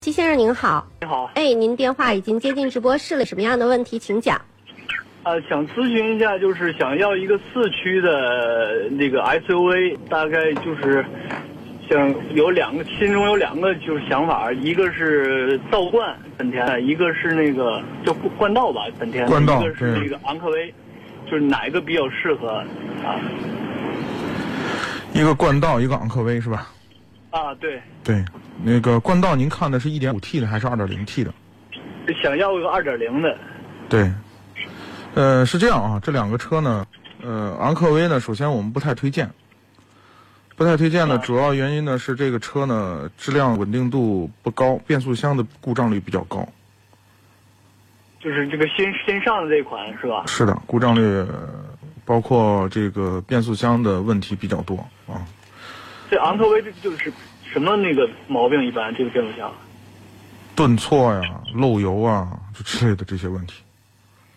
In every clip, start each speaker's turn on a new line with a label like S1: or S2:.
S1: 季先生您好，
S2: 你好，
S1: 哎，您电话已经接进直播室了，什么样的问题请讲。
S2: 呃，想咨询一下，就是想要一个四驱的那个 SUV，大概就是想有两个，心中有两个就是想法，一个是道冠本田，一个是那个就冠道吧，本田，
S3: 冠道
S2: 一个是
S3: 对
S2: 那个昂科威，就是哪一个比较适合啊？
S3: 一个冠道，一个昂科威是吧？
S2: 啊，对，
S3: 对，那个冠道您看的是一点五 T 的还是二点零 T 的？
S2: 想要一个二点零的，
S3: 对，呃，是这样啊，这两个车呢，呃，昂科威呢，首先我们不太推荐，不太推荐呢，主要原因呢是这个车呢质量稳定度不高，变速箱的故障率比较高。
S2: 就是这个新新上的这款是吧？
S3: 是的，故障率呃包括这个变速箱的问题比较多啊。
S2: 这昂科威这就是什么那个毛病？一般这个变速箱
S3: 顿挫呀、漏油啊，就之类的这些问题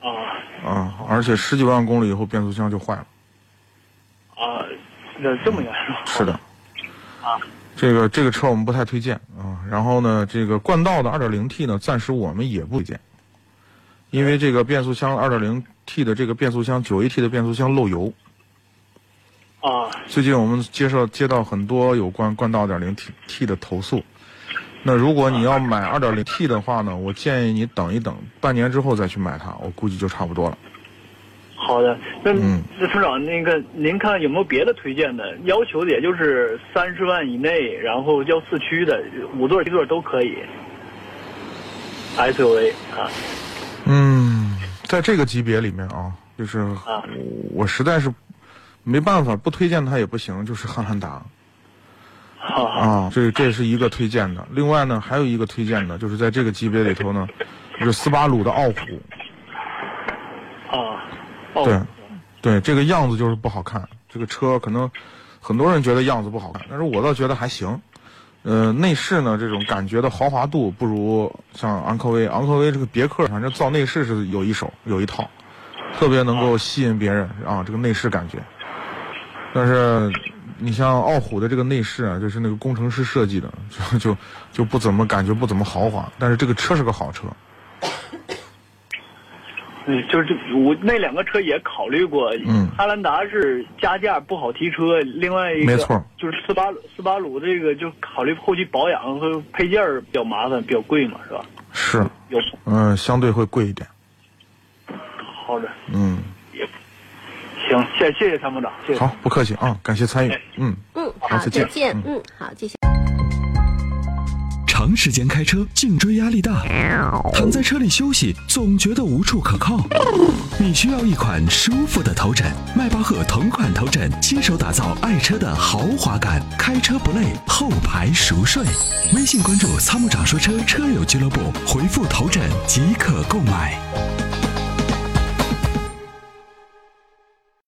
S2: 啊
S3: 啊，而且十几万公里以后变速箱就坏了。
S2: 啊，那这么严重？
S3: 是的，啊，这个这个车我们不太推荐啊。然后呢，这个冠道的 2.0T 呢，暂时我们也不推荐，因为这个变速箱 2.0T 的这个变速箱 9AT 的变速箱漏油。
S2: 啊。
S3: 最近我们接受接到很多有关冠道 2.0T T 的投诉。那如果你要买 2.0T 的话呢，我建议你等一等，半年之后再去买它，我估计就差不多了。
S2: 好的，那
S3: 嗯
S2: 那村长，那个您看有没有别的推荐的？要求也就是三十万以内，然后要四驱的，五座、七座都可以。SUV 啊
S3: 嗯，在这个级别里面啊，就是
S2: 啊
S3: 我实在是没办法，不推荐它也不行，就是汉兰达
S2: 啊
S3: 啊，这这是一个推荐的。另外呢，还有一个推荐的，就是在这个级别里头呢，就是斯巴鲁的傲虎，
S2: 啊！哦
S3: 对，对，这个样子就是不好看。这个车可能很多人觉得样子不好看，但是我倒觉得还行。呃，内饰呢，这种感觉的豪华度不如像昂科威，昂科威这个别克，反正造内饰是有一手有一套，特别能够吸引别人啊，这个内饰感觉。但是你像傲虎的这个内饰啊，就是那个工程师设计的，就就就不怎么感觉不怎么豪华。但是这个车是个好车，
S2: 嗯就是我那两个车也考虑过，
S3: 嗯
S2: 汉兰达是加价不好提车，另外一个
S3: 没错
S2: 就是斯巴鲁斯巴鲁这个就考虑后期保养和配件儿比较麻烦，比较贵嘛，是吧？
S3: 是，
S2: 有
S3: 嗯、相对会贵一点，
S2: 好的，
S3: 嗯。
S2: 行，谢谢谢参谋长，谢谢。
S3: 好，不客气啊，感谢参与，嗯。
S1: 嗯，
S3: 好再见
S1: 嗯，好，继续。
S4: 长时间开车，颈椎压力大，躺在车里休息，总觉得无处可靠。你需要一款舒服的头枕，迈巴赫同款头枕，亲手打造爱车的豪华感，开车不累，后排熟睡。微信关注“参谋长说车”车友俱乐部，回复“头枕”即可购买。